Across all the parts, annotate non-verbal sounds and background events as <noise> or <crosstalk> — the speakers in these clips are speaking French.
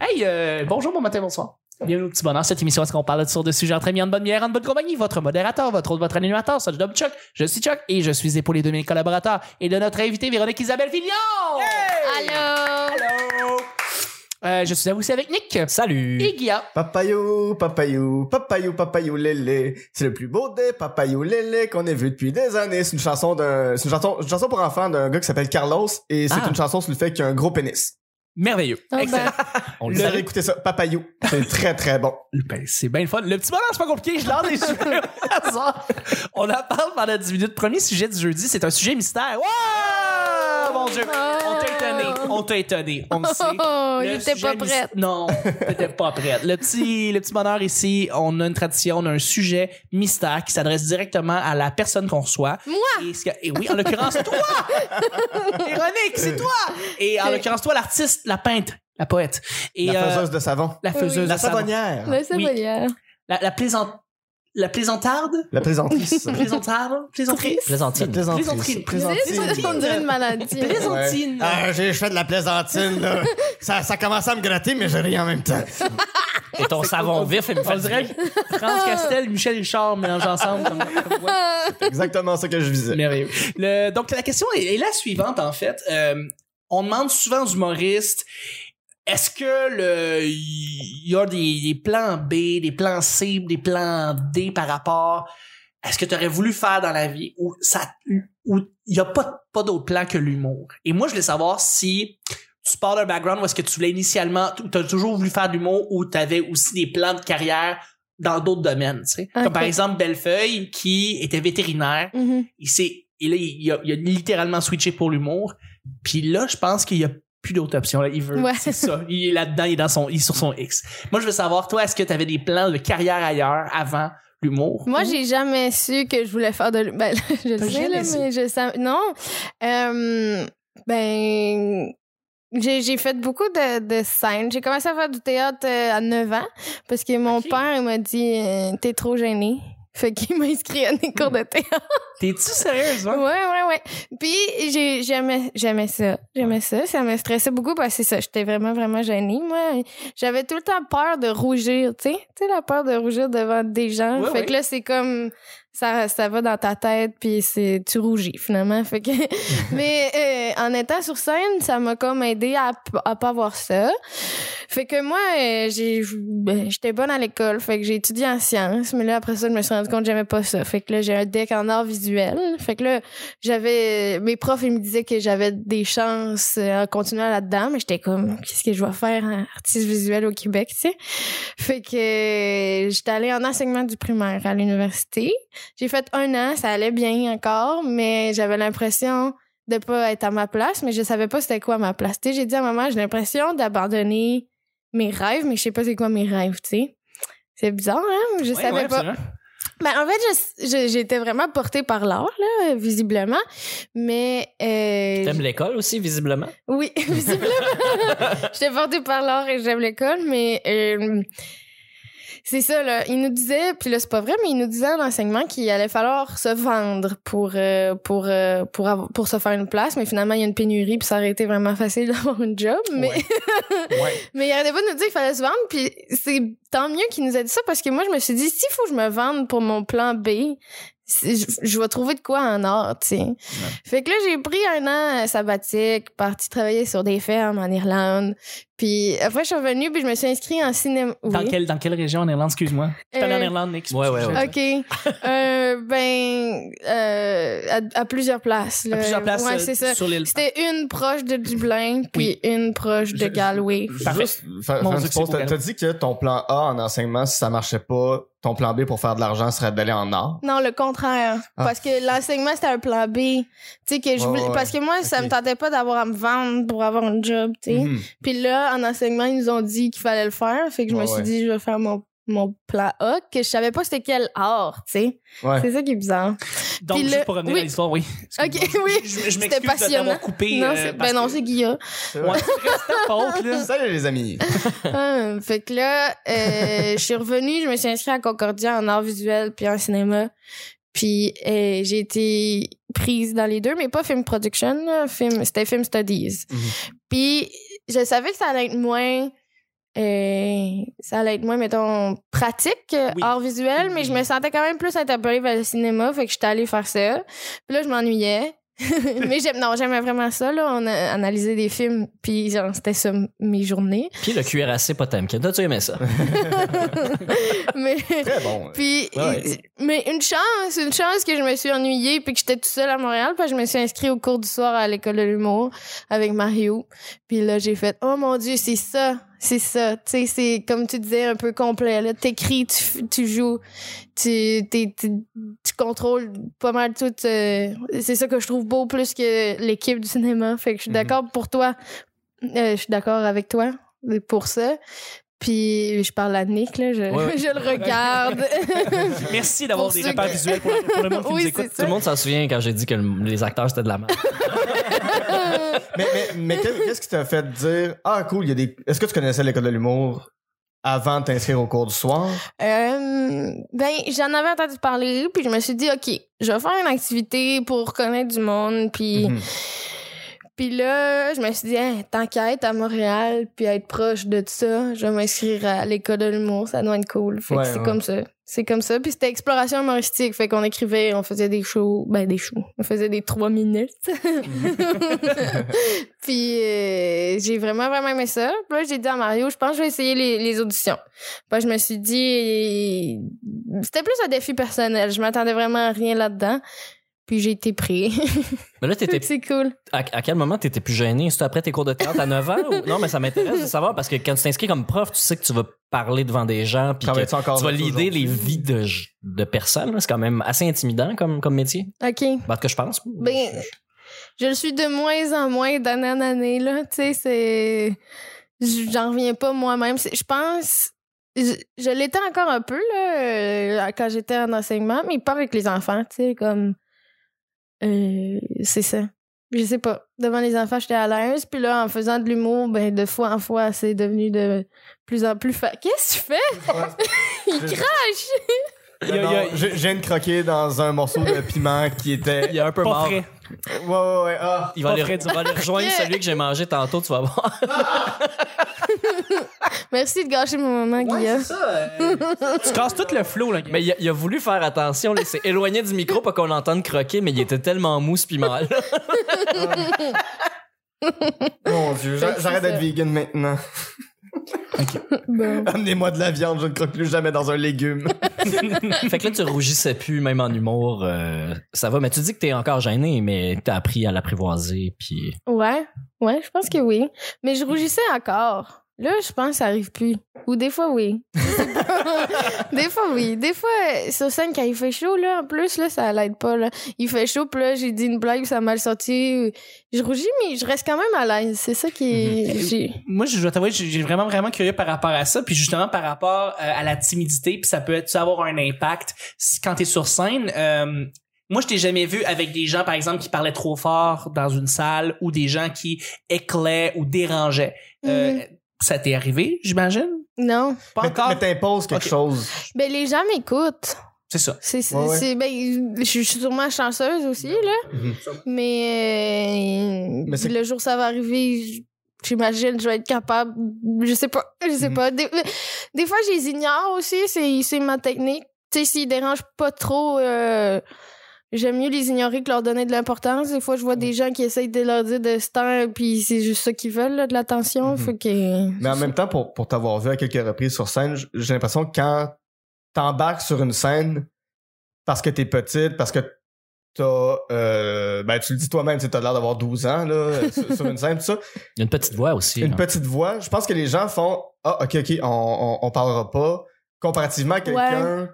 Hey, euh, bonjour, bon matin, bonsoir. Bienvenue au petit bonheur. Cette émission, est-ce qu'on parle de sur des sujets entre amis, en bonne bière, en bonne compagnie? Votre modérateur, votre autre, votre animateur, ça, je nomme Chuck. Je suis Chuck et je suis épaulé de mes collaborateurs et de notre invitée, Véronique Isabelle Fillon! Allô! Allô! Euh, je suis aussi avec Nick Salut! et Guilla. Papayou, papayou, papayou, papayou, lélé. C'est le plus beau des papayou, lélé qu'on ait vu depuis des années. C'est une chanson d'un, c'est une chanson, une chanson pour enfants d'un gars qui s'appelle Carlos et c'est Ah. une chanson sur le fait qu'il a un gros pénis. Merveilleux. Ah ben. Excellent. On le Vous allez salue. écouter ça, papayou. C'est très très bon. Ben, c'est bien le fun. Le petit bonheur, c'est pas compliqué. Je <laughs> lance des sujets au hasard. On en parle pendant 10 minutes. Premier sujet du jeudi, c'est un sujet mystère. Wow! Mon Dieu! On t'a étonné. On t'a étonné. On le sait. <laughs> Oh, il Le était sujet pas mys- prêt. Non, t'étais pas prête. Le petit, le petit bonheur ici, on a une tradition, on a un sujet mystère qui s'adresse directement à la personne qu'on reçoit. Moi? Et, ce que- et oui, en l'occurrence, toi! <laughs> Véronique, c'est toi! Et en Ok. l'occurrence, toi, l'artiste, la peintre, la poète. Et, la euh, faiseuse de savon. la faiseuse Oui. de La savon. savonnière. Mais c'est Oui. pas hier. La, la plaisant- la plaisantarde? La <laughs> présentatrice. Plaisantarde? Plaisanterie? La Plaisantine. plaisantrice. C'est Plaisantine. on dirait une maladie. Plaisantine. Ah, j'ai fait de la plaisantine, là. <laughs> ça, ça commence à me gratter, mais j'ai ri en même temps. Et <laughs> ton savon vif, il me fait dirait France Castel, Michel Richard mélangés ensemble. Comme, comme quoi. C'est Exactement ça que je visais. Merveilleux. Le- donc, la question est, est la suivante, en fait. Euh, on demande souvent aux humoristes est-ce que le il y a des, des plans B, des plans C, des plans D par rapport à ce que tu aurais voulu faire dans la vie ou ça ou il y a pas pas d'autre plan que l'humour. Et moi je voulais savoir si tu pars d'un background où est-ce que tu voulais initialement tu as toujours voulu faire de l'humour ou tu avais aussi des plans de carrière dans d'autres domaines, tu sais. Comme Ok. par exemple Bellefeuille qui était vétérinaire Mhm. il s'est- et là, il a, il a littéralement switché pour l'humour. Puis là, je pense qu'il y a plus d'autre option. Là, il veut, Ouais. c'est ça. Il est là-dedans, il est dans son, il est sur son X. Moi, je veux savoir, toi, est-ce que tu avais des plans de carrière ailleurs avant l'humour? Moi, Ou- j'ai jamais su que je voulais faire de l'humour. Ben, <laughs> là, je le T'as sais, là, jamais su? mais je sais. Non. Euh, ben. J'ai j'ai fait beaucoup de, de scènes. J'ai commencé à faire du théâtre euh, à 9 ans parce que mon Ok. père il m'a dit euh, T'es trop gênée. Fait qu'il m'a inscrit à des cours de théâtre. T'es-tu sérieuse, Ouais, hein? ouais, ouais. Puis j'ai- j'aimais j'aimais ça. J'aimais ça. Ça me stressait beaucoup parce que c'est ça. J'étais vraiment, vraiment gênée. Moi, j'avais tout le temps peur de rougir, tu sais. Tu sais, la peur de rougir devant des gens. Ouais, fait ouais. que là, c'est comme. Ça, ça va dans ta tête, puis c'est tu rougis <laughs> finalement. Fait que, mais euh, en étant sur scène, ça m'a comme aidé à, p- à pas avoir ça. Fait que moi, euh, j'ai, ben, j'étais bonne à l'école. Fait que j'ai étudié en sciences, mais là après ça, je me suis rendu compte que j'aimais pas ça. Fait que là, j'ai un deck en art visuel. Fait que là, j'avais mes profs ils me disaient que j'avais des chances euh, en continuant là-dedans mais j'étais comme qu'est-ce que je vais faire hein, artiste visuel au Québec tu sais fait que euh, j'étais allée en enseignement du primaire à l'université j'ai fait un an ça allait bien encore mais j'avais l'impression de pas être à ma place mais je savais pas c'était quoi ma place tu sais j'ai dit à maman j'ai l'impression d'abandonner mes rêves mais je sais pas c'est quoi mes rêves tu sais c'est bizarre hein je Ouais, savais ouais, pas absolument. ben, en fait, je- je- j'étais vraiment portée par l'art, là, visiblement. Mais. Euh, T'aimes l'école aussi, visiblement. oui, <laughs> visiblement. J'étais portée par l'art et j'aime l'école, mais euh, c'est ça, là. Il nous disait, puis là, c'est pas vrai, mais il nous disait à l'enseignement qu'il allait falloir se vendre pour, euh, pour, euh, pour, avoir- pour se faire une place, mais finalement, il y a une pénurie, puis ça aurait été vraiment facile <laughs> d'avoir une job, mais. <laughs> mais il arrêtait pas de nous dire qu'il fallait se vendre, puis c'est tant mieux qu'il nous a dit ça, parce que moi, je me suis dit, s'il faut que je me vende pour mon plan B, c'est- je, je vais trouver de quoi en or, tu sais. Fait que là, j'ai pris un an euh, sabbatique, parti travailler sur des fermes en Irlande. Puis après, je suis revenue, puis je me suis inscrite en cinéma. Dans, Oui. quelle, dans quelle région en Irlande, excuse-moi? T'es allé en Euh, Irlande, Nick. c'est Ouais, pour ça que ouais, je- ouais. OK. <laughs> Euh, ben, euh, à, à plusieurs places. À là. plusieurs places Ouais, euh, c'est ça. sur l'île. C'était une proche de Dublin, puis une proche de Je- Galway. Parfait. Juste, fa- faire Mon une Dieu, que c'est pause. beau, T'as- t'as dit que ton plan A en enseignement, si ça marchait pas, ton plan B pour faire de l'argent serait d'aller en art. Non, le contraire. Ah. Parce que l'enseignement, c'était un plan B. Tu sais, que je Ouais, voulais- ouais. Parce que moi, ça Ok. me tentait pas d'avoir à me vendre pour avoir un job, tu sais. Mhm. Puis là, en enseignement, ils nous ont dit qu'il fallait le faire. Fait que je Ouais, me suis ouais. dit, je vais faire mon, mon plan A, que je savais pas c'était quel art, tu sais. Ouais. C'est ça qui est bizarre. Donc, Puis juste le- pour revenir oui. à l'histoire, oui. Ok, Excuse-moi. oui. Je, je C'était m'excuse de passionnant. t'avoir coupé. non, euh, c'est, ben parce non, que- c'est Guilla. C'est vrai. Ouais, c'est ta faute, là. Salut les amis. Hum, fait que là, euh, je suis revenue, je me suis inscrite à Concordia en art visuel puis en cinéma. Puis euh, j'ai été prise dans les deux, mais pas film production, là, film, c'était film studies. Mhm. Puis je savais que ça allait être moins euh, ça allait être moins, mettons, pratique, euh, Oui. art visuel, mais je me sentais quand même plus interpellée vers le cinéma, fait que j'étais allée faire ça. Puis là, je m'ennuyais. <laughs> mais j'aime, non, j'aimais vraiment ça, là. On a analysé des films, puis genre, c'était ça m- mes journées. Puis le cuirassé Potemkin. T'as-tu aimé ça? <laughs> mais, Très <laughs> bon. puis, Ouais. mais une chance, une chance que je me suis ennuyée, puis que j'étais toute seule à Montréal, puis je me suis inscrite au cours du soir à l'école de l'humour avec Mario. Puis là, j'ai fait, oh mon Dieu, c'est ça, c'est ça. Tu sais, c'est comme tu disais, un peu complet. Là, t'écris, tu, f- tu joues, tu, t'es- tu, tu contrôles pas mal tout. euh, c'est ça que je trouve beau plus que l'équipe du cinéma. Fait que je suis Mhm. d'accord pour toi. Euh, je suis d'accord avec toi pour ça. Puis je parle à Nick, là, je, <laughs> ouais. je le regarde. <laughs> Merci d'avoir Pour des ceux repères que- visuels pour, pour le monde qui Oui, nous écoute. c'est Tout le monde s'en souvient quand j'ai dit que le- les acteurs c'était de la merde. Mais, mais, mais qu'est- qu'est-ce qui t'a fait dire Ah, cool, il y a des. Est-ce que tu connaissais l'école de l'humour avant de t'inscrire au cours du soir Euh, ben, j'en avais entendu parler, puis je me suis dit, OK, je vais faire une activité pour connaître du monde, puis... Mhm. Puis là, je me suis dit, Hey, tant qu'à être à Montréal, puis être proche de tout ça, je vais m'inscrire à l'école de l'humour, ça doit être cool. Fait Ouais, que c'est ouais. comme ça. C'est comme ça. Puis c'était exploration humoristique. Fait qu'on écrivait, on faisait des shows. Ben, des shows. On faisait des trois <laughs> minutes. puis euh, j'ai vraiment, vraiment aimé ça. Puis là, j'ai dit à Mario, je pense que je vais essayer les, les auditions. Puis là, je me suis dit, c'était plus un défi personnel. Je m'attendais vraiment à rien là-dedans. Puis j'ai été pris. Mais là, t'étais, <laughs> c'est cool. à, à quel moment t'étais plus gêné? C'était après tes cours de théâtre à 9 ans? ou- Non, mais ça m'intéresse de savoir parce que quand tu t'inscris comme prof, tu sais que tu vas parler devant des gens puis que Travailles-tu encore tu vas là l'idée les vies de, de personnes. là. C'est quand même assez intimidant comme, comme métier. OK. En tout cas, je pense. Ben, je le suis de moins en moins d'année en année, là. Tu sais, c'est. J'en reviens pas moi-même. C'est- Je pense. Je, je l'étais encore un peu, là, euh, quand j'étais en enseignement, mais pas avec les enfants, tu sais, comme. euh, c'est ça. Je sais pas. Devant les enfants, j'étais à l'aise. Puis là, en faisant de l'humour, ben, de fois en fois, c'est devenu de plus en plus. fa- Qu'est-ce que tu fais? <laughs> Il crache! Il y a- il y a- Non, je, je viens de croquer dans un morceau de piment qui était. <laughs> il est un peu Pas mort. frais. Ouais, ouais, ouais. Ah. Il va, Pas aller, frais du- il va aller <laughs> rejoindre celui que j'ai mangé tantôt, tu vas voir. Merci de gâcher mon moment, Ouais, Guillaume. c'est ça. euh, Tu casses tout le flow, là. Mais il a, il a voulu faire attention, là. il s'est éloigné du micro pour qu'on l'entende croquer, mais il était tellement mou ce piment là. Mon dieu, j'a- Fait que j'arrête c'est d'être ça. vegan maintenant. <laughs> Bon. Amenez-moi de la viande, je ne croque plus jamais dans un légume. <laughs> Fait que là, tu rougissais plus, même en humour. euh, ça va, mais tu dis que t'es encore gêné, mais t'as appris à l'apprivoiser, puis... Ouais, ouais, je pense que oui. Mais je rougissais encore. Là, je pense que ça arrive plus. Ou des fois, oui. <laughs> des fois, oui. Des fois, euh, sur scène, quand il fait chaud, là, en plus, là, ça l'aide pas, là. Il fait chaud, puis là, j'ai dit une blague, ça m'a mal sorti. Je rougis, mais je reste quand même à l'aise. C'est ça qui Mhm. est... j'ai- <laughs> moi je dois t'avouer j'ai j'ai vraiment vraiment curieux par rapport à ça puis justement par rapport euh, à la timidité puis ça peut être ça avoir un impact si- quand t'es sur scène euh, moi, je t'ai jamais vu avec des gens, par exemple, qui parlaient trop fort dans une salle ou des gens qui éclaient ou dérangeaient. Euh, Mhm. Ça t'est arrivé, j'imagine? Non. Pas mais encore. mais t'imposes quelque Ok. <laughs> chose. Ben, les gens m'écoutent. C'est ça. C'est, c'est, Ouais, ouais. c'est- ben, je je suis sûrement chanceuse aussi, là. Mhm. Mais, euh, Mais c'est- le jour où ça va arriver, j- j'imagine, je vais être capable. Je sais pas. Je sais Mhm. pas. Des, des fois, je les ignore aussi. C'est, c'est ma technique. Tu sais, s'ils dérangent pas trop, euh, j'aime mieux les ignorer que leur donner de l'importance. Des fois, je vois des gens qui essayent de leur dire de se taire, puis c'est juste ça qu'ils veulent, là, de l'attention. Mhm. Fait que. Mais en même temps, pour, pour t'avoir vu à quelques reprises sur scène, j- j'ai l'impression que quand t'embarques sur une scène parce que t'es petite, parce que t'as... euh, ben, tu le dis toi-même, tu sais, t'as l'air d'avoir 12 ans, là, euh, sur, sur une scène, tout ça. Il y a une petite voix aussi. hein, Une là. petite voix. Je pense que les gens font « Ah, OK, OK, on, on, on parlera pas. » Comparativement à quelqu'un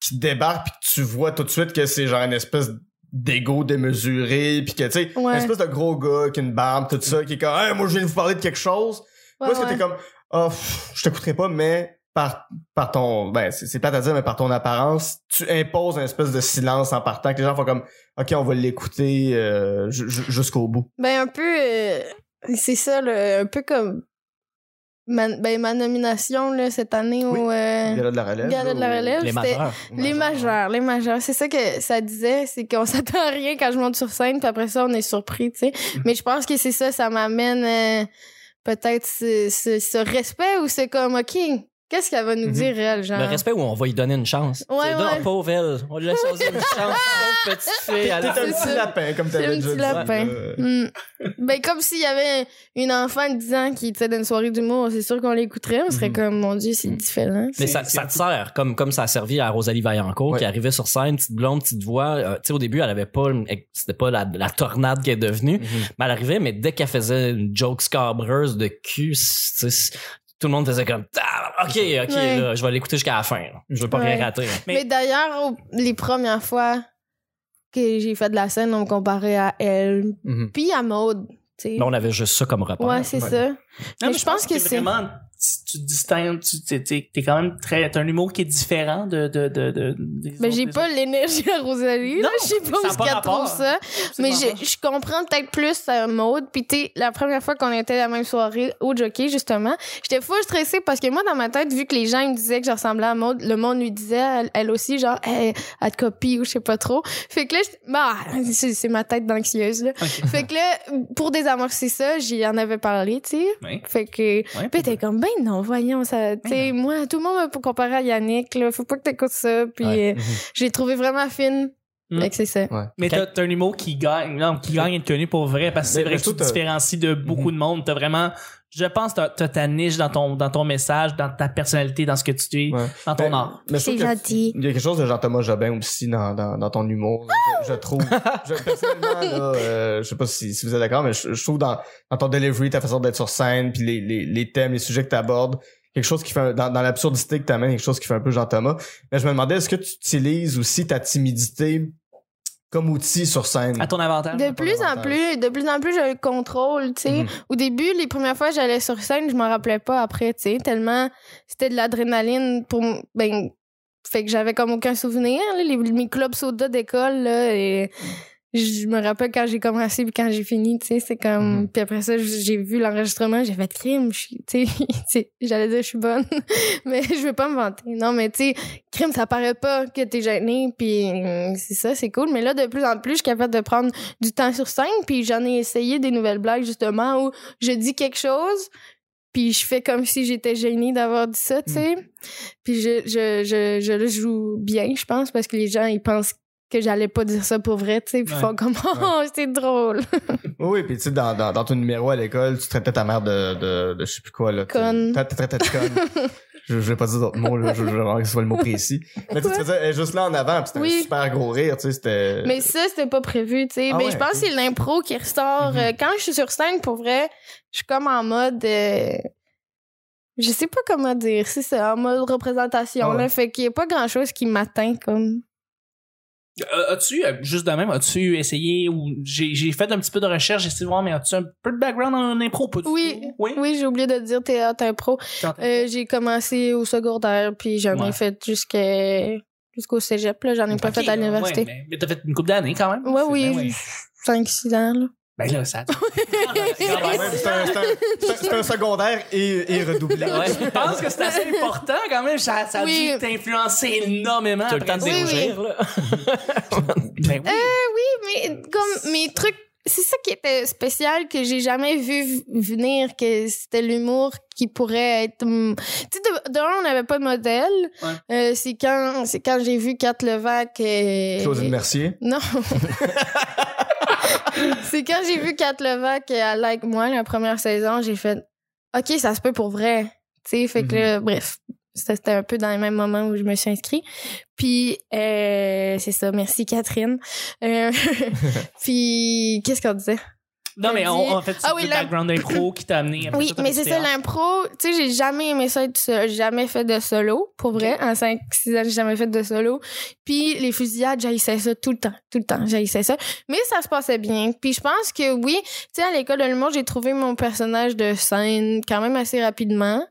qui débarque puis que tu vois tout de suite que c'est genre une espèce d'ego démesuré puis que, tu sais, Ouais. une espèce de gros gars qui a une barbe, tout ça, qui est comme « Hey, moi, je viens de vous parler de quelque chose. » Ouais, Moi, est-ce que ouais. t'es comme, ah, pff, je t'écouterai pas, mais par, par ton, ben, c'est, c'est plate à dire, mais par ton apparence, tu imposes un espèce de silence en partant que les gens font comme, OK, on va l'écouter euh, ju- ju- jusqu'au bout. Ben, un peu. euh, c'est ça, là, un peu comme. Ma, ben, ma nomination là, cette année Oui. au. euh, Gala de la relève. Gala de la là, ou- relève. Les c'était- majeurs. les majeurs, les majeurs. C'est ça que ça disait, c'est qu'on <laughs> s'attend à Mm. rien quand je monte sur scène, puis après ça, on est surpris, tu sais. Mais je pense que c'est ça, ça m'amène euh, peut-être ce, ce- ce respect ou c'est comme, OK, qu'est-ce qu'elle va nous Mhm. dire, elle, genre? Mm-hmm. Le respect où on va lui donner une chance. Ouais, C'est là, ouais. pauvre elle. On lui laisse oser une chance. pauvre <laughs> petite fille. T'es elle- un C'est ça. petit lapin, comme C'est t'avais un déjà petit dit. lapin. Euh, Mm. Ben, comme s'il y avait une enfant de 10 ans qui était d'une soirée d'humour, c'est sûr qu'on l'écouterait. On serait Mhm. comme, mon Dieu, c'est différent. Mais ça, ça te sert, comme, comme ça a servi à Rosalie Vaillancourt, Ouais. qui arrivait sur scène, petite blonde, petite voix. Euh, tu sais, au début, elle avait pas, une- c'était pas la, la tornade qu'elle est devenue. Mais elle arrivait, mais dès qu'elle faisait une joke scabreuse de cul, c- tu sais, tout le monde faisait comme, Ah, ok, ok, Ouais. là, je vais l'écouter jusqu'à la fin. là. Je veux pas Ouais. rien rater. Mais- Mais, d'ailleurs, au- les premières fois que j'ai fait de la scène, on me comparait à elle, mhm. puis à Maude. tu sais. Là, Mm-hmm. Ben, on avait juste ça comme repère. Ouais, c'est ouais. ça. Non, mais je pense que t'es c'est- vraiment tu- tu te distingues tu t'es- t'es t'es quand même très t'as un humour qui est différent de de de, de- des Ben, autres- j'ai des pas autres. l'énergie à Rosalie. Non, là. Je sais pas ça où a ce pas qu'elle rapport. trouve ça. Mais Absolument j'ai- je comprends peut-être plus euh, Maude. Puis, tu sais, la première fois qu'on était la même soirée au jockey, justement, j'étais full stressée parce que moi, dans ma tête, vu que les gens ils me disaient que je ressemblais à Maude, le monde lui disait, elle, elle aussi, genre, Hey, elle te copie ou je sais pas trop. Fait que là, je- bah, c'est c'est ma tête d'anxieuse, <laughs> là. Fait que là, pour désamorcer ça, j'y en avais parlé, tu sais. Oui. Fait que. pas ouais, Puis t'es comme, ben non, voyons, ça. Tu sais, moi, tout le monde me compare à Yannick, là. Faut pas que t'écoutes ça. Puis Ouais. Mhm. euh, j'ai trouvé vraiment fine. Mm. Fait que c'est ça. mais t'as t'as un humour qui gagne non qui gagne à être connu pour vrai parce que c'est Mais vrai que tu surtout, te t'as- Mhm. différencies de beaucoup de monde t'as vraiment je pense que t'as t'as ta niche dans ton dans ton message dans ta personnalité dans ce que tu es Ouais. dans ton Ben, art mais je C'est trouve que- gentil. Il y a quelque chose de Jean-Thomas Jobin aussi dans, dans, dans ton humour, je, je Ah! trouve. Je- personnellement, là, euh, je sais pas si, si vous êtes d'accord, mais je, je trouve dans, dans ton delivery, ta façon d'être sur scène, puis les, les, les thèmes, les sujets que tu abordes, quelque chose qui fait un- dans, dans l'absurdité que tu amènes, quelque chose qui fait un peu Jean-Thomas. Mais je me demandais, est-ce que tu utilises aussi ta timidité comme outil sur scène? à ton avantage De plus en avantage. plus, de plus en plus, je le contrôle, tu sais. Mhm. Au début, les premières fois, j'allais sur scène, je m'en rappelais pas après, tu sais, tellement c'était de l'adrénaline pour. m- Ben, fait que j'avais comme aucun souvenir, là, les, mes clubs soda d'école, là, et je me rappelle quand j'ai commencé puis quand j'ai fini, tu sais, c'est comme. Puis après ça, j- j'ai vu l'enregistrement, j'ai fait crime, je suis- tu sais, <laughs> tu sais, j'allais dire je suis bonne, <laughs> mais je veux pas me vanter. Non, mais tu sais, crime, ça paraît pas que t'es gêné, puis euh, c'est ça, c'est cool. Mais là, de plus en plus, je suis capable de prendre du temps sur scène, puis j'en ai essayé des nouvelles blagues, justement, où je dis quelque chose, puis je fais comme si j'étais gênée d'avoir dit ça, tu Mm. sais. Puis je, je, je, je le joue bien, je pense, parce que les gens, ils pensent que j'allais pas dire ça pour vrai, tu sais, puis ils Ouais. font comme « Oh, c'est drôle! Euh, Oui, oui, puis tu sais, dans, dans, dans ton numéro à l'école, tu traitais ta mère de, de, de je sais plus quoi, là. Conne. Tu tu traitais de <laughs> conne. je, je vais pas dire d'autres mots, là. Je je veux vraiment que ce soit le mot précis. Mais tu sais, tu faisais elle est juste là en avant, puis c'était Oui. un super gros rire, tu sais, c'était. » Mais ça, c'était pas prévu, tu sais. Ah mais ouais, je pense que ok. c'est l'impro qui ressort. Mhm. Euh, Quand je suis sur scène, pour vrai, je suis comme en mode... euh, Je sais pas comment dire, c'est ça, en mode représentation, Ah ouais. là. Fait qu'il y a pas grand-chose qui m'atteint, comme... Euh, as-tu, euh, juste de même, as-tu essayé ou j'ai, j'ai fait un petit peu de recherche, j'ai essayé de voir, mais as-tu un peu de background en impro? Pas du Oui, tout? oui, j'ai oublié de dire théâtre impro. T'entends? Euh, j'ai commencé au secondaire, puis j'en Ouais. ai fait jusqu'à- jusqu'au cégep. Là, j'en ai pas Ok, fait à l'université. ouais, mais, mais t'as fait une couple d'années quand même? Ouais, C'est- oui, ben ouais. 5-6 ans. Là. Ben là, ça. Ah, ouais, c'est un, c'est un- c'est un- c'est un secondaire et, et redoublant. Ouais. Je pense que c'est assez important quand même. Ça, ça a Oui. dû t'influencer énormément. T'as eu le temps de après. Oui, oui. dérougir, là. <laughs> Ben oui. <laughs> Euh, Mais comme mes trucs, c'est ça qui était spécial que j'ai jamais vu v- venir, que c'était l'humour qui pourrait être. hum, Tu sais, de, de un, on n'avait pas de modèle. Ouais. Euh, c'est quand, c'est quand j'ai vu Kat Levac. euh, Et... Claudine Mercier. <laughs> Non. c'est quand j'ai vu Kat Levac à Like Moi, la première saison, j'ai fait OK, ça se peut pour vrai. Tu sais, fait que là, bref, ça, c'était un peu dans les mêmes moments où je me suis inscrite. Puis, euh, c'est ça. Merci, Catherine. Euh, <laughs> puis, qu'est-ce qu'on disait? Non, mais on, on a fait, Ah ah, oui, le là- <clears throat> background impro qui t'a amené. après Oui, t'as mais fait c'est du ça, théâtre. l'impro. Tu sais, j'ai jamais aimé ça être seul. J'ai jamais fait de solo, pour vrai. En 5, 6 ans, j'ai jamais fait de solo. Puis les fusillades, j'haïssais ça tout le temps, tout le temps. J'haïssais ça. Mais ça se passait bien. Puis je pense que oui, tu sais, à l'école de l'humour, j'ai trouvé mon personnage de scène quand même assez rapidement.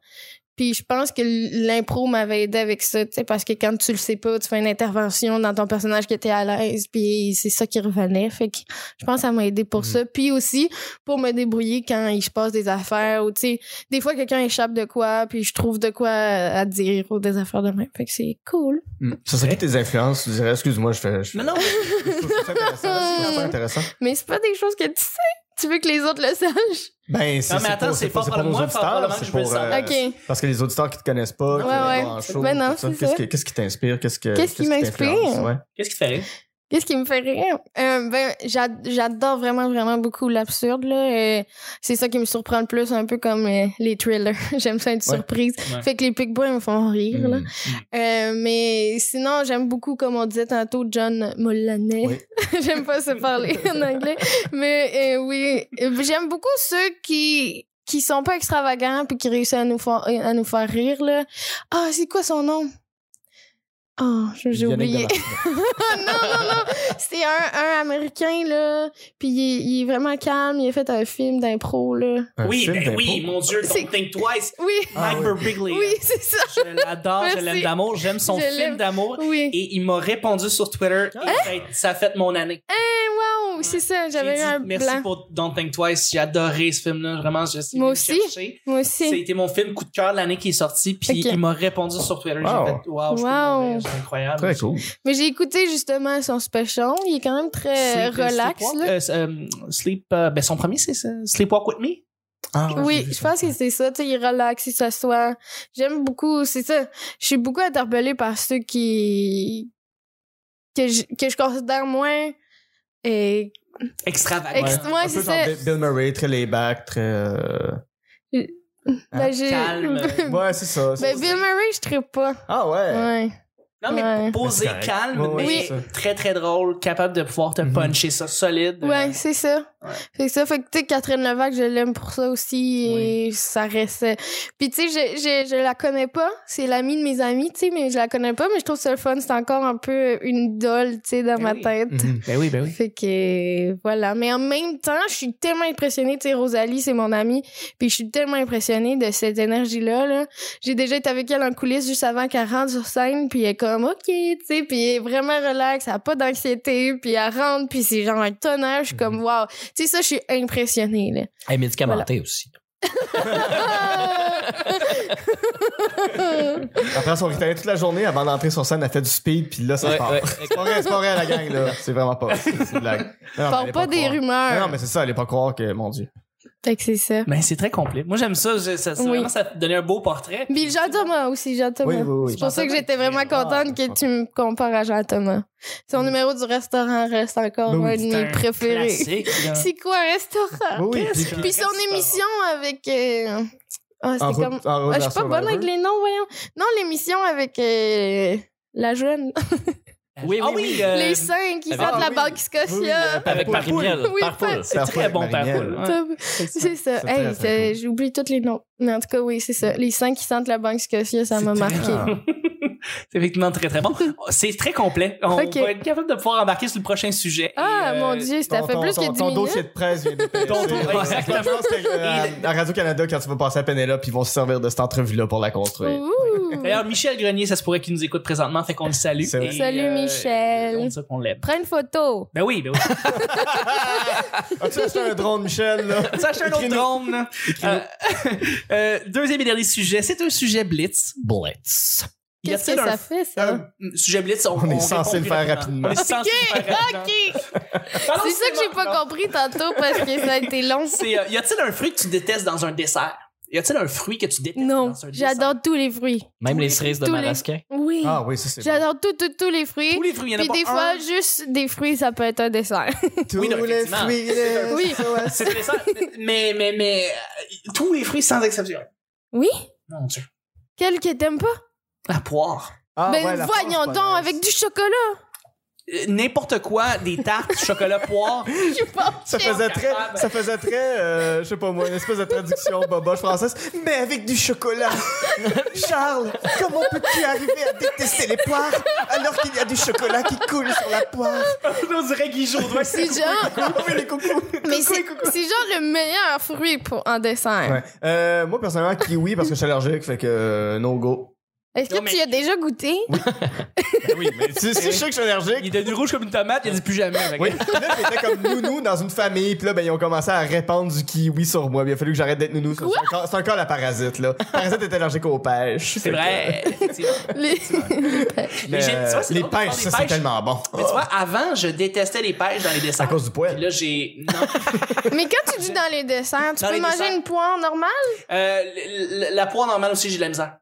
Puis je pense que l'impro m'avait aidé avec ça, tu sais, parce que quand tu le sais pas, tu fais une intervention dans ton personnage qui était à l'aise, puis c'est ça qui revenait. Fait que je pense que ça m'a aidé pour Mhm. ça. Puis aussi, pour me débrouiller quand il se passe des affaires ou tu sais des fois quelqu'un échappe de quoi puis je trouve de quoi à à dire ou des affaires de même fait que c'est cool Ça serait qui tes influences? Tu dirais, excuse-moi, je fais. Je, Mm. Non, non, je trouve ça intéressant. c'est super intéressant. mais c'est pas des choses que tu sais tu veux que les autres le sachent Ben, c'est Non, mais c'est attends, pour- c'est pas, fort c'est pour pour nos moi, fort pour auditeurs, moi, c'est je veux le pour. savoir. euh, Ok. Parce que les auditeurs qui te connaissent pas, qui Ouais, viennent ouais. voir en show, Ben non, tout ça, c'est qu'est-ce ça. qui- qu'est-ce qui t'inspire? Qu'est-ce que- Qu'est-ce qui t'influence? m'inspire? Ouais. Qu'est-ce qui te fait rire? Qu'est-ce qui me fait rire? Euh, ben, j'ad- j'adore vraiment, vraiment beaucoup l'absurde, là. et c'est ça qui me surprend le plus, un peu comme euh, les thrillers. <laughs> J'aime ça être Ouais. surprise. Ouais. Fait que les Pickboys me font rire, là. Mm. Euh, mais sinon, j'aime beaucoup, comme on disait tantôt, John Mulaney. <laughs> j'aime pas se parler en anglais. Mais euh, oui, Euh, j'aime beaucoup ceux qui qui sont pas extravagants puis qui réussissent à nous faire à nous faire rire là. Ah, c'est quoi son nom Oh, je- j'ai Yannick oublié. Ah, Demarche. non, non, non. C'est un, un américain là, puis il, est- il est vraiment calme, il a fait un film d'impro là. Un Oui, film ben d'impro. oui, mon Dieu, C'est- Don't Think Twice. Oui, Ah Mike Birbiglia. oui, c'est ça. Je l'adore, je Merci. l'aime d'amour. J'aime son Je film l'aime. d'amour. Oui. Hein? Et il m'a répondu sur Twitter. Et ça a- ça a fait mon année. Eh, wow, c'est ça, j'avais eu J'ai un dit, Merci blanc. pour Don't Think Twice. J'ai adoré ce film-là. Vraiment, je suis Moi allé aussi. le chercher. Moi aussi. C'était mon film coup de cœur de l'année qui est sorti. Puis Ok. il m'a répondu sur Twitter. Wow. J'ai fait, wow, je peux Wow. mourir, c'est incroyable. Très cool. Mais j'ai écouté justement son special, il est quand même très euh, Sleep- relax Sleepwalk- là. euh, c'est, euh, sleep, euh, ben son premier, c'est ça, Sleepwalk With Me. Ah, Oui, je pense que c'est ça, tu sais, il relaxe, il s'assoit. J'aime beaucoup, c'est ça. Je suis beaucoup interpellée par ceux qui. que je, que je considère moins. euh, Et... Extravagant. Ex- Ouais. ouais, Un peu c'est genre ça. Bill- Bill Murray, très laid-back, très. euh, Ben, j'ai- <laughs> calme. Ouais, c'est ça. c'est- Ben, Bill Murray, je tripe pas. Ah ouais. Ouais. Non, mais Ouais. posé, Mais c'est correct. calme, Ouais, ouais, mais c'est ça. très, très drôle, capable de pouvoir te Mhm. puncher ça solide. euh, Ouais, c'est ça. Ouais. C'est ça. Fait que, tu sais, Catherine Levac, je l'aime pour ça aussi. Et ça reste. Puis, tu sais, je, je, je la connais pas. C'est l'amie de mes amis, tu sais, mais je la connais pas. Mais je trouve ça le fun. C'est encore un peu une idole, tu sais, dans Ben ma oui. tête. Mhm. Ben oui, ben oui. Fait que euh, voilà. Mais en même temps, je suis tellement impressionnée. Tu sais, Rosalie, c'est mon amie. Puis je suis tellement impressionnée de cette énergie-là. Là. J'ai déjà été avec elle en coulisses juste avant qu'elle rentre sur scène. Puis elle est comme, OK, tu sais. Puis elle est vraiment relax. Elle a pas d'anxiété. Puis elle rentre. Puis c'est genre un tonnerre. Je suis comme, Mm-hmm. wow. Tu sais, ça, je suis impressionnée. Là. Elle est médicamentée aussi. Ah! Après, son ritalin toute la journée avant d'entrer sur scène, elle fait du speed, puis là, ça Ouais, part. ouais. <laughs> C'est pas vrai, c'est pas vrai, la gang, là. C'est vraiment pas. C'est c'est une blague. Non, non, Parle allez pas des croire. rumeurs. Non, non, mais c'est ça, allez pas croire que, mon Dieu. Fait que c'est ça. Ben, c'est très complet. Moi, j'aime ça. je- ça, ça Oui. Vraiment, ça donnait un beau portrait. Puis Jean Thomas aussi, Jean Thomas. Oui, oui, oui. C'est pour ça que j'étais vraiment Ah, contente que tu me compares à Jean Thomas. Son numéro du restaurant reste encore Oui, un de C'est mes un préférés. classique, <laughs> là. C'est quoi un restaurant? Oui, oui. Qu'est-ce puis- que- Puis son Restaurant. émission avec. euh, Ah, en c'était route- comme. en route Ah, je vers suis pas bonne Survivor. avec les noms, voyons. Non, l'émission avec. euh, La jeune. Oui, Ah oui, oui. euh, Les cinq qui avec- sortent de la oui. Banque Oui, euh, Scotia. par- Avec par- Marie-Miel. Oui, par par- poule. c'est Parfois très avec bon, Marie-Miel. Parpoule. Ouais. <laughs> Top. C'est ça. C'est Hey, très, très c'est- cool. j'oublie tous les noms. Mais en tout cas, oui, c'est ça. Les cinq qui sentent la Banque Scotia, ça C'est m'a très- <laughs> marqué. C'est effectivement très, très <laughs> bon. C'est très complet. On Ok. va être capable de pouvoir embarquer sur le prochain sujet. Ah, Et, euh, mon Dieu, ça Ton- fait ton- plus ton- que 10 Ton minutes. dossier de presse vient de Ton- ton- Ouais, exactement. Je pense que, euh, à Radio-Canada, quand tu vas passer à Penelope, ils vont se servir de cette entrevue-là pour la construire. Ouh. D'ailleurs, Michel Grenier, ça se pourrait qu'il nous écoute présentement, fait qu'on le salue. C'est vrai. Et, euh, Salut, Michel. On dit ça qu'on l'aime. Prends une photo. Ben oui, ben oui. Oh. As-tu acheté un drone, Michel, <laughs> là? Ça achète un autre drone. là. Euh, <laughs> euh, deuxième et dernier sujet, c'est un sujet blitz. Blitz. Y Qu'est-ce a-t-il que un- ça fait, ça? Un sujet blitz, on, On est on censé répond le faire plus rapidement. On est censé le faire rapidement. OK. Parlons C'est ça que j'ai cinéma. pas compris tantôt parce que ça a été long. C'est, euh, y a-t-il un fruit que tu détestes dans un dessert? Y a-t-il un fruit que tu détestes Non, dans un dessert? j'adore tous les fruits. Même Tous les cerises de tous les- Marasquin. Oui. Ah oui, ça c'est bon. J'adore tous, tous, tous les fruits. Tous les fruits, y en a Puis pas des un. fois, juste des fruits, ça peut être un dessert. Tous Oui, non, les effectivement. fruits, les- Oui. C'est des desserts. Mais, mais, mais, euh, tous les fruits sans exception. Oui? Mon Dieu. Quel que t'aimes pas? La poire. Ah, ben, ouais, la voyons France donc, polonaise. avec du chocolat. Euh, N'importe quoi, des tartes, chocolat, poire. Je <laughs> pense. Ça faisait très, capable. ça faisait très, euh, je sais pas moi, une espèce de traduction boboche française, mais avec du <laughs> chocolat. Charles, comment peux-tu arriver à détester les poires alors qu'il y a du chocolat qui coule sur la poire? <laughs> On dirait Guy Jourdain. <laughs> C'est genre, Oui, les coucous. mais c'est c'est genre le meilleur fruit pour, en dessert. Ouais. Euh, moi, personnellement, kiwi parce que je suis allergique, fait que euh, no go. Est-ce que Non, mais- tu y as déjà goûté? Oui, mais si, si je sais que je suis énergique. Il est devenu rouge comme une tomate, il a dit plus jamais. Fait que- Oui, Puis là, j'étais comme nounou dans une famille, puis là, ben, ils ont commencé à répandre du kiwi sur moi. puis Il a fallu que j'arrête d'être nounou. C'est encore, c'est encore la parasite, là. Parasite est allergique aux pêches. C'est vrai. effectivement. Les- <laughs> Mais, euh, j'ai- tu vois, c'est les drôle de faire pêches, des ça, c'est pêches. tellement bon. Mais tu vois, avant, je détestais les pêches dans les dessins. à cause du poil. Là, j'ai. Non. <laughs> Mais quand tu dis dans les desserts, tu Dans peux les manger desserts. une poire normale? Euh, l- l- la poire normale aussi, j'ai de la misère.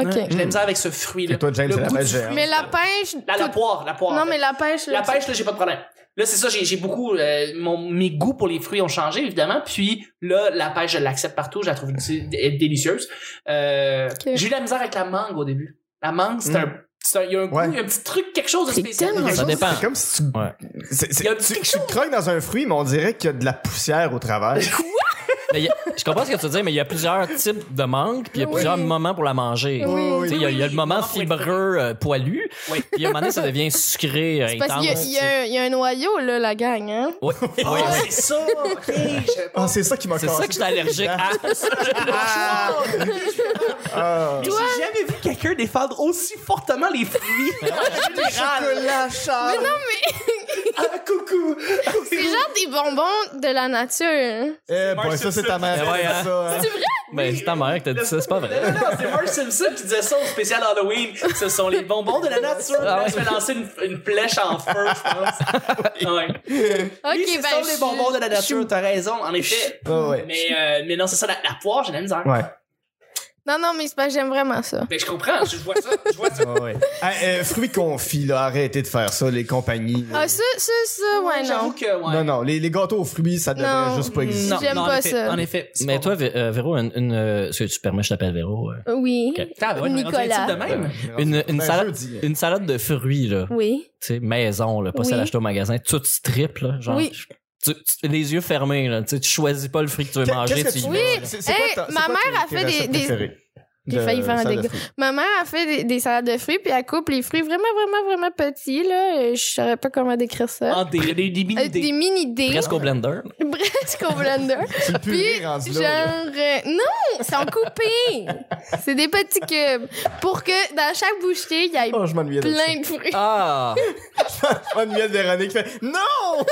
OK. J'ai de la misère avec ce fruit-là. Et toi, James, Le c'est la goût pêche euh, du géante. Mais la pêche. La, la tout- poire, la poire. Non, mais la pêche. La là, tu- pêche, là, j'ai pas de problème. Là, c'est ça, j'ai j'ai beaucoup. euh, mon, mes goûts pour les fruits ont changé, évidemment. Puis là, la pêche, je l'accepte partout. Je la trouve dé- dé- délicieuse. Euh, Ok. J'ai eu de la misère avec la mangue au début. La mangue, c'est Mm. un. c'est un- Il y a un goût, Ouais. il y a un petit truc, quelque chose de C'est spécial. tellement Ça dépend. C'est comme si tu. Ouais. c'est- c'est- Il y a un tu- petit quelque tu croques dans un fruit, mais on dirait qu'il y a de la poussière au travers. Mais il y a- je comprends ce que tu veux dire, mais il y a plusieurs types de mangue, puis il y a Oui. plusieurs moments pour la manger. Oui. Tu sais, Il y, a- il y a le moment fibreux euh, poilu, Oui. puis à un moment donné, ça devient sucré, euh, Parce qu'il y a- intense. il y, a un- il y a un noyau, là, la gang, hein? <laughs> Oui, oui, Oh, oui. c'est ça! Ok, je savais pas. Ah, c'est ça qui m'a C'est ça que je suis allergique <laughs> à. Ah. J'ai jamais vu quelqu'un défendre aussi fortement les fruits. <laughs> Chocolat, Charles. ah, coucou! C'est genre des bonbons de la nature. hein. Eh, boy, ça, c'est ta mère. Eh ouais, qui a dit ça, hein. Ben, c'est ta mère qui t'a dit ça, c'est pas vrai. Non, non, non, c'est Mark Simpson qui disait ça au spécial Halloween. Ce sont les bonbons de la nature. Ah ouais. Je vais lancer une, une flèche en feu, je pense. Ouais. Ok, Oui, ce ben, sont je les suis- bonbons de la nature, t'as raison, en effet. Ah ouais. Mais, euh, mais non, c'est ça, la, la poire, j'ai de la misère. Ouais. Non, non, mais c'est parce que j'aime vraiment ça. Ben, je comprends, je vois ça, je vois ça. Ah ouais. Ah, euh, fruits confits, là, arrêtez de faire ça, les compagnies. là. Ah, ça, ça, ça, <laughs> ouais, J'avoue non. que, ouais. Non, non, les, les gâteaux aux fruits, ça devrait Non. juste pas exister. J'aime en pas effet, ça. En effet. c'est Mais pas toi, Vé- euh, Véro, une. une euh, est-ce que tu permets, je t'appelle Véro. euh, Oui. Ok. Ah, ouais, on est rendu Nicolas. intime de même. Une, une Ben, salade, jeudi, là. une salade de fruits, là. Oui. Tu sais, maison, là, pas Oui. celle achetée au magasin. Toute strip, là. Genre, Oui. tu- tu- les yeux fermés, là. Tu sais, tu choisis pas le fruit que tu veux Qu'est- manger. qu'est-ce que tu y tu vas. mets, là? C'est- c'est Hey, quoi ta- c'est ma quoi mère tes- a fait tes des- recettes des- préférées J'ai de failli faire un salade de dégât. fruits? Ma mère a fait des, des salades de fruits, puis elle coupe les fruits vraiment, vraiment, vraiment petits, là. et Je saurais pas comment décrire ça. En Ah, des, des, des Euh, mini-dés. <laughs> <laughs> des mini-dés. Presque au blender. Presque au blender. C'est le purée Puis, genre, rendu là, là. euh, non, ils sont coupés. C'est des petits cubes. Pour que dans chaque bouchée, il y ait Oh, je m'ennuyais de ça. plein de fruits. Ah! Je m'ennuyais de Véronique. qui fait, <laughs> Non!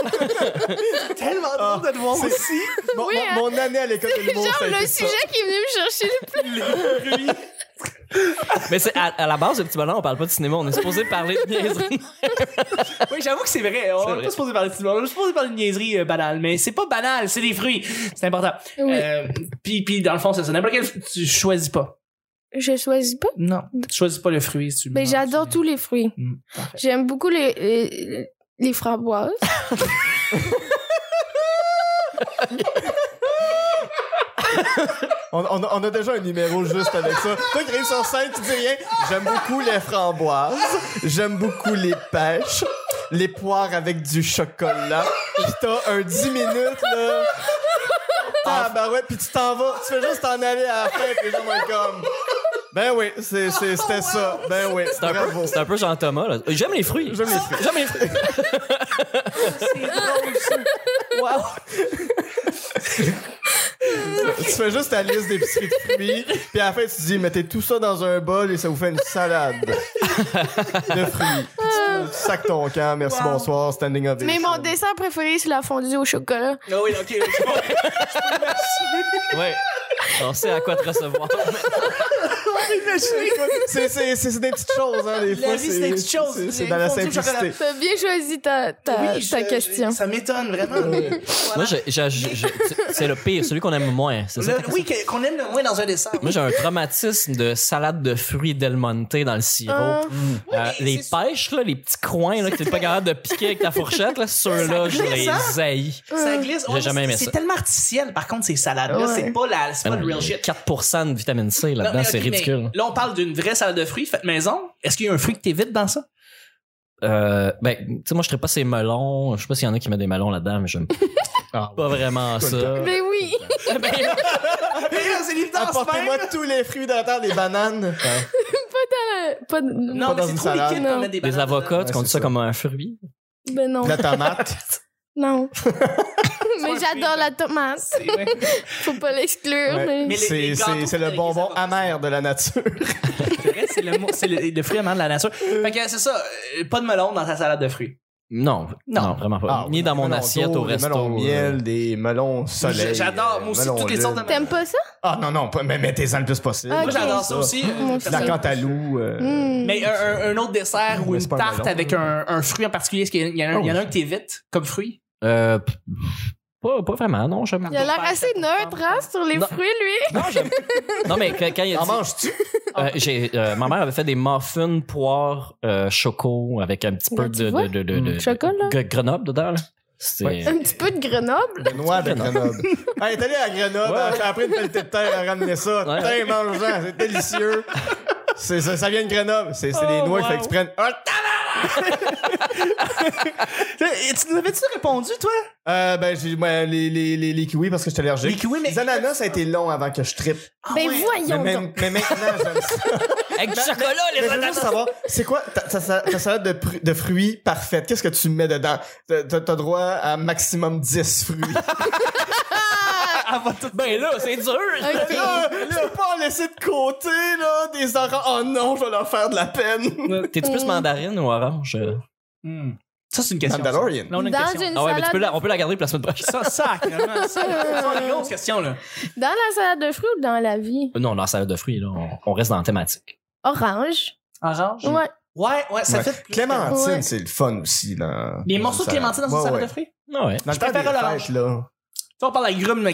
tellement Ah, drôle de te voir c'est- aussi. Mon, Oui, mon- hein. mon année à l'école de l'humour, Genre, ça a le été ça. sujet qui est venu me chercher le plus. Mais c'est à, à la base, le petit bonheur, on parle pas de cinéma. On est supposé parler de niaiseries. Oui, j'avoue que c'est vrai. C'est On est vrai. pas supposé parler de tout le monde. On est supposé parler de niaiserie euh, banale. Mais c'est pas banal, c'est des fruits. C'est important. Oui. Euh, puis, puis dans le fond, c'est ça. N'importe quel, tu choisis pas. Je choisis pas. Non. Tu choisis pas le fruit si tu Mais manges. Ben, j'adore tous les fruits. Mm, J'aime beaucoup les, les, les framboises. On, on a- on a déjà un numéro juste avec ça. Toi qui arrives sur scène, tu dis rien. J'aime beaucoup les framboises. J'aime beaucoup les pêches. Les poires avec du chocolat. Pis t'as un 10 minutes, là. Ah, bah ouais, pis tu t'en vas. Tu fais juste t'en aller à la fin, pis les gens vont être comme. Ben oui, c'est- c'est- c'était ça. Ben oui, C'est un bravo. peu, c'est un peu Jean-Thomas, là. J'aime les fruits. J'aime les fruits. J'aime les fruits. C'est drôle, ça. Wow. Tu fais juste ta liste d'épicerie de fruits, puis à la fin, tu dis, mettez tout ça dans un bol et ça vous fait une salade de fruits. Puis tu, tu sacs ton camp, merci, Wow. bonsoir, standing up. Mais mon dessert préféré, c'est la fondue au chocolat. Ah oui, ok. Ouais. On sait à quoi te recevoir. C'est c'est- c'est- c'est des petites choses, hein, des La fois. vie, c'est des petites choses. c'est- C'est Les dans la fondues au simplicité. T'as bien choisi ta, <laughs> ta, Oui, je- ta question. Ça m'étonne vraiment. Voilà. <laughs> Moi, j'ai- j'ai- j'ai- c'est le pire, celui qu'on aime moins. C'est ça Le- oui, que- qu'on aime le moins dans un dessert. Moi, j'ai un traumatisme de salade de fruits Del Monte dans le sirop. Ah. Euh, les pêches, là, les petits coins là, que t'es pas capable de piquer avec ta fourchette, là, ceux-là, je glisse, hein? les haïs. Euh, Ça glisse. J'ai Ouais, jamais aimé c'est- ça. C'est tellement artificiel, par contre, ces salades-là. Ouais. C'est pas, la, c'est pas le real shit. 4% de vitamine C Non, là-dedans, mais c'est ok, mais ridicule. Là, on parle d'une vraie salade de fruits faite maison. Est-ce qu'il y a un fruit que t'évites dans <laughs> ça? Euh, ben, tu sais, moi, je serais pas ces melons. Je sais pas s'il y en a qui mettent des melons là-dedans, mais j'aime Ah, ouais. pas <laughs> vraiment ça. Mais ben oui, c'est l'évidence Apportez-moi tous les fruits de la terre, des bananes. Euh, pas de... Non, pas mais dans c'est une trop salade. liquide pour mettre des Les bananes avocats, Ouais, tu comptes c'est ça ça. comme un fruit? Ben non. De la tomate. Non. pas un mais j'adore film. la tomate. C'est- ouais. Faut pas l'exclure. Ouais. mais- Mais les- les C'est gâteaux c'est- c'est le avec bonbon les amandes. amer de la nature. C'est vrai, c'est le, mot- c'est le, le fruit amant de la nature. Fait que c'est ça, euh, pas de melon dans ta salade de fruits. Non, non, vraiment pas. Ah, Ni oui, dans des mon melons assiette d'eau, au resto. Des melons miel, des melons soleil. J'adore, euh, moi aussi, melons toutes les lune. sortes de melons. T'aimes pas ça? Ah non, non, pas- mais mettez-en le plus possible. Ah, Moi, Ok. j'adore ça aussi. Moi euh, aussi. La cantalou. euh, Hmm. Mm. Mais un, un- un autre dessert ou Mais une c'est pas un Oh. tarte melon. avec un, un fruit en particulier, est-ce qu'il y, en a- il y en a- il y en a un que t'évites comme fruit? Euh, p- pas, pas vraiment, non, j'aime. Il a l'air assez neutre, hein, sur les Non. fruits, lui. <laughs> Non, j'aime. non, mais quand, quand il a En dit. manges-tu? Ah. euh, j'ai, euh, ma mère avait fait des muffins poire euh, choco avec un petit peu Ben, tu de, vois, de, de, de, de- chocolat. de Grenoble dedans. là. C'est. <laughs> Ouais. Un petit peu de Grenoble. Des noix de <laughs> Grenoble. Elle est allée à Grenoble, Ouais. elle a pris une pelletée de terre, elle a ramené ça. Ouais. Tiens, mange-en, c'est délicieux. C'est- ça, ça vient de Grenoble. C'est c'est des Oh, noix qu'il wow. fait que tu prennes. Ah, tabarnak! Et <laughs> tu nous avais-tu répondu, toi? Euh, ben, j'ai, moi, les, les, les, les kiwis parce que j'étais allergique. Les kiwis, mais- Les ananas, ça a été long avant que je trippe. ben ouais. Mais, voyons même- donc. mais maintenant, j'aime ça. Avec du chocolat, Mais les je veux juste ananas. savoir, c'est quoi ta, ta- ta- ta salade de, pru- de fruits parfaite? Qu'est-ce que tu mets dedans? T'as, t'as- t'as droit à maximum 10 fruits. Ben là, c'est dur. Là, là, je peux pas en laisser de côté, là, des oranges. Oh non, je vais leur faire de la peine. T'es-tu Mm. plus mandarine ou orange? euh? Hmm. Ça, c'est une question. Mandalorian. ça. Là, on a une Dans question. une Ah ouais, mais tu peux salade la- <laughs> on peut la garder pour la semaine prochaine. Ça, sacrément. Ça, c'est une grosse question, là. Dans la salade de fruits ou dans la vie? Euh, Non, la salade de fruits, là, on, on reste dans la thématique. Orange. Orange? Ouais. Ouais, ouais, ça Ouais. fait. plus- Clémentine, Ouais. c'est le fun aussi, là. Les morceaux de clémentine dans une Ouais, salade de ouais. fruits? Ah ouais. Dans le Je temps préfère des l'orange. fêtes, là. Tu vois, on parle agrumes,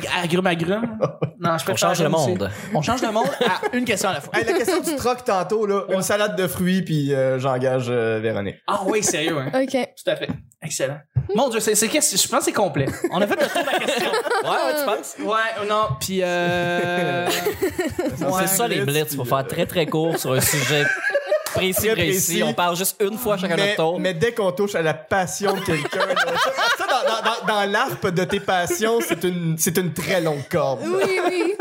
<laughs> agrumes, agrumes. Non, je On préfère change le agrumes aussi. monde. On <laughs> change le monde à une question à la fois. Hey, la question du troc tantôt, là. Une salade de fruits, puis euh, j'engage euh, Véronique. Ah oui, sérieux, hein? OK. Tout à fait. Excellent. Mon Dieu, c'est, c'est, qu'est-ce- je pense que c'est complet. On a fait le tour de la question. Ouais, ouais, tu penses? Ouais, non, puis euh... <laughs> ouais. C'est ça les blitz, blitz, faut puis, faire très très court sur un sujet précis, Très précis. précis. On parle juste une fois chacun mais, notre tour. mais dès qu'on touche à la passion de quelqu'un, <laughs> là, ça, ça, dans, dans- dans- dans l'arpe de tes passions, c'est une, c'est une très longue corde. Oui, oui.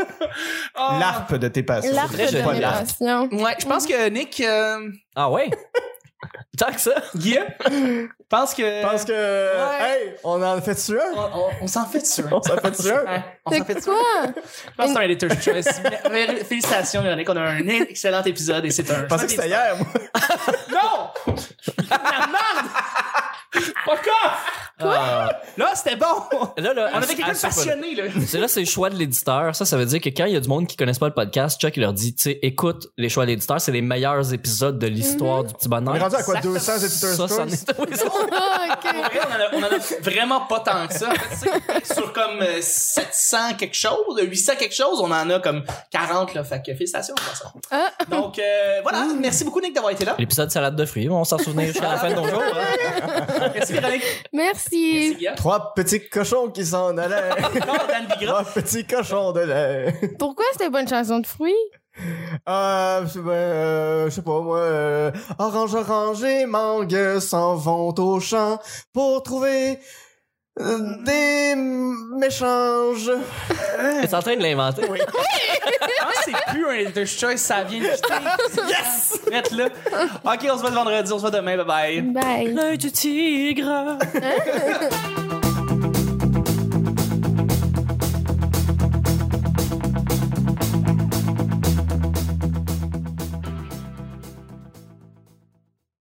Ah. L'arpe de tes passions. L'arbre très joli. de mes Pas l'arbre. passions. Ouais, je pense que Nick, euh, Ah ouais? Tant que ça? Guillaume, pense que... Je pense que. Hey, on en fait tu On, un? on- on s'en fait dessus. On s'en fait tu un? On s'en fait C'est dessus. quoi? Je pense que c'est un editor's choice. <laughs> Mais- mais Félicitations, Véronique. On a un excellent épisode et c'est un. Je pensais que c'était hier, moi. Non! La merde! <laughs> Fuck off! Ah. Là, c'était bon! Ah, Là, là, On avait quelqu'un à- de à- passionné, là. C'est là, c'est le choix de l'éditeur. Ça, ça veut dire que quand il y a du monde qui connaissent pas le podcast, Chuck, il leur dit, tu sais, écoute, les choix de l'éditeur, c'est les meilleurs épisodes de l'histoire du petit bonheur. On est rendu à quoi? Exactement. 200 éditeurs Ça, ça en est- oui, ça- Ah, Pour OK. vrai, on en a- on en a vraiment pas tant que ça. En fait, tu sais, sur comme euh, 700 quelque chose, 800 quelque chose, on en a comme 40, là. Fait que félicitations, de toute façon. Ah. Donc, euh, voilà. Merci beaucoup, Nick, d'avoir été là. <laughs> L'épisode salade de fruits, on s'en souvenait jusqu'à la fin de nos jours. hein. Merci, Véronique. hein. Merci, Merci. Guillaume. Trois petits cochons qui s'en allaient. Non, Dan Bigra. Trois petits cochons de lait. Pourquoi c'était pas une chanson de fruits? Euh, je- ben, euh, je sais pas moi. euh, orange, orange et mangue s'en vont au champ pour trouver euh, des méchanges. T'es en train de l'inventer. Ah, c'est plus un editor's choice, ça vient de quitter. Yes! Faites-le. OK, on se voit le vendredi, on se voit demain. Bye bye. Bye. L'œil du tigre.